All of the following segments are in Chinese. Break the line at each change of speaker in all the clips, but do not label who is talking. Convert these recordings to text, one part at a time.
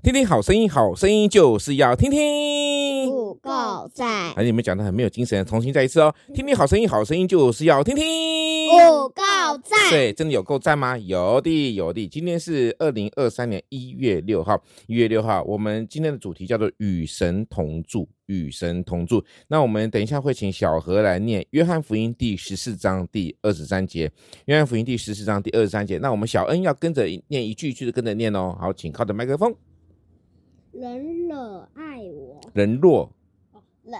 听听好声音，好声音就是要听听。
不够赞，
哎，你们讲的很没有精神，重新再一次哦。听听好声音，好声音就是要听听。
不够赞，
对，真的有够赞吗？有的，有的。今天是二零二三年一月六号，一月六号，我们今天的主题叫做“与神同住”，与神同住。那我们等一下会请小何来念《约翰福音》第十四章第二十三节，《约翰福音》第十四章第二十三节。那我们小恩要跟着念，一句一句的跟着念哦。好，请靠着麦克风。
人若爱我，
人若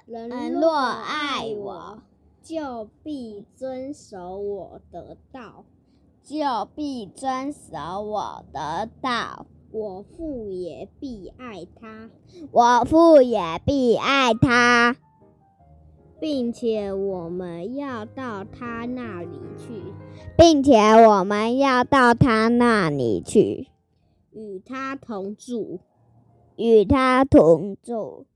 人
人若爱我，，
就必遵守我的道。
就必遵守我的道。
我父也必爱他，
我父也必爱他，
并且我们要到他那里去，
并且我们要到他那里去，
与他同住。
与他同住。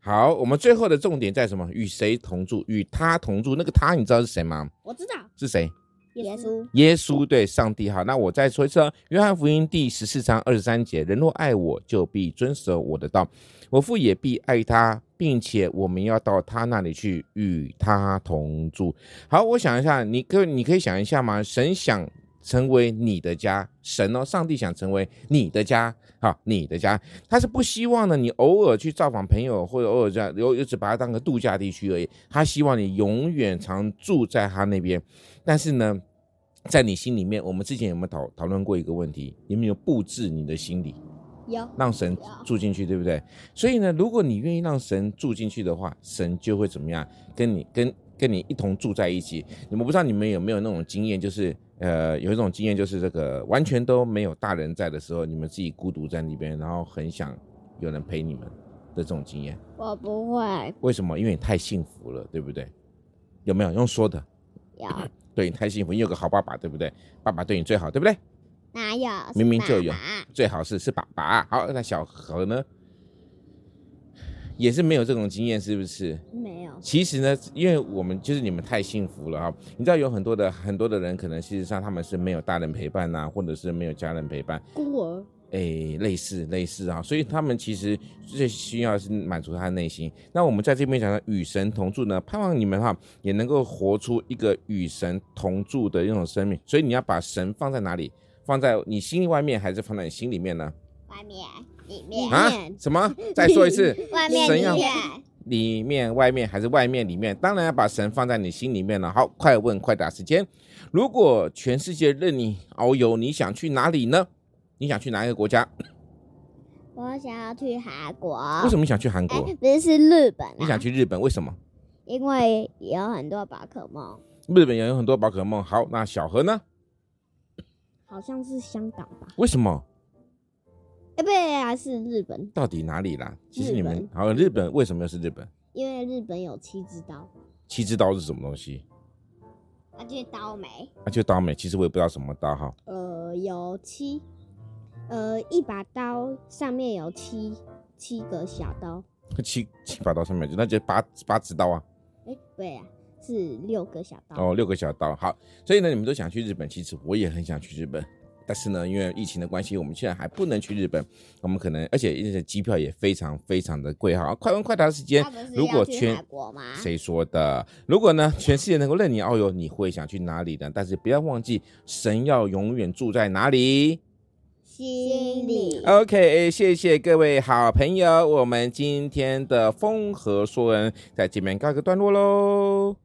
好，我们最后的重点在什么？与谁同住？与他同住。那个他你知道是谁吗？
我知道，
是谁？
耶稣
稣，
耶稣对上帝好，那我再说一次、哦，《约翰福音》第十四章二十三节：人若爱我，就必遵守我的道，我父也必爱他，并且我们要到他那里去，与他同住。好，我想一下，你可你可以想一下吗？神想成为你的家，神哦，上帝想成为你的家，好，你的家，他是不希望呢你偶尔去造访朋友，或者偶尔这样，有有只把它当个度假地区而已，他希望你永远常住在他那边。但是呢，在你心里面，我们之前有没有讨讨论过一个问题？有没有布置你的心里，
有
让神住进去，对不对？所以呢，如果你愿意让神住进去的话，神就会怎么样？跟你跟跟你一同住在一起。你们不知道你们有没有那种经验，就是呃，有一种经验就是这个完全都没有大人在的时候，你们自己孤独在那边，然后很想有人陪你们的这种经验。
我不会
为什么？因为你太幸福了，对不对？有没有用说的？
有，
对你太幸福，你有个好爸爸，对不对？爸爸对你最好，对不对？
哪有？是
明明就有
爸爸
最好是是爸爸。好，那小何呢，也是没有这种经验，是不是？
没有？
其实呢，因为我们就是你们太幸福了哈、你知道有很多的很多的人，可能事实上他们是没有大人陪伴呐、啊或者是没有家人陪伴，
孤儿
诶，类似类似啊，所以他们其实最需要的是满足他的内心。那我们在这边讲的与神同住呢，盼望你们哈也能够活出一个与神同住的那种生命。所以你要把神放在哪里？放在你心外面，还是放在你心里面呢？
外面、里
里
面、
啊
面？
什么？再说一次，
外面、
神
里
要
面，
里面、外面还是外面、里面？当然要把神放在你心里面了。好，快问快答时间。如果全世界任你遨游，你想去哪里呢？你想去哪一个国家？
我想要去韩国。
啊
为什么你想去韩
哎，
国？
不是是日本
你
啊
想，去日本？为什么？
因为有很多宝可梦。
日本也有很多宝可梦。好，那小何呢？
好像是香港吧？
为什么？
哎，不对啊，是日本，
到底哪里啦？其实
日
你
本
们好，日本为什么又是日本？
因为日本有七只刀。
七只刀是什么东西？
要去刀眉，
啊，就刀美。其实我也不知道什么刀哈。
呃，有七，呃，一把刀上面有七七个小刀，
七七把刀上面，那就八八只刀啊。
哎，对啊，是六个小刀。
哦，六个小刀。好，所以呢，你们都想去日本，其实我也很想去日本。但是呢，因为疫情的关系，我们现在还不能去日本。我们可能，而且而且机票也非常非常的贵哈。快问快答的时间
他不是，
如
要
果
去
全
韩国吗？
谁说的？如果呢，全世界能够任你遨游，你会想去哪里呢？但是不要忘记，神要永远住在哪里。
心里
OK，谢谢各位好朋友，我们今天的风和说恩在这边告一个段落喽。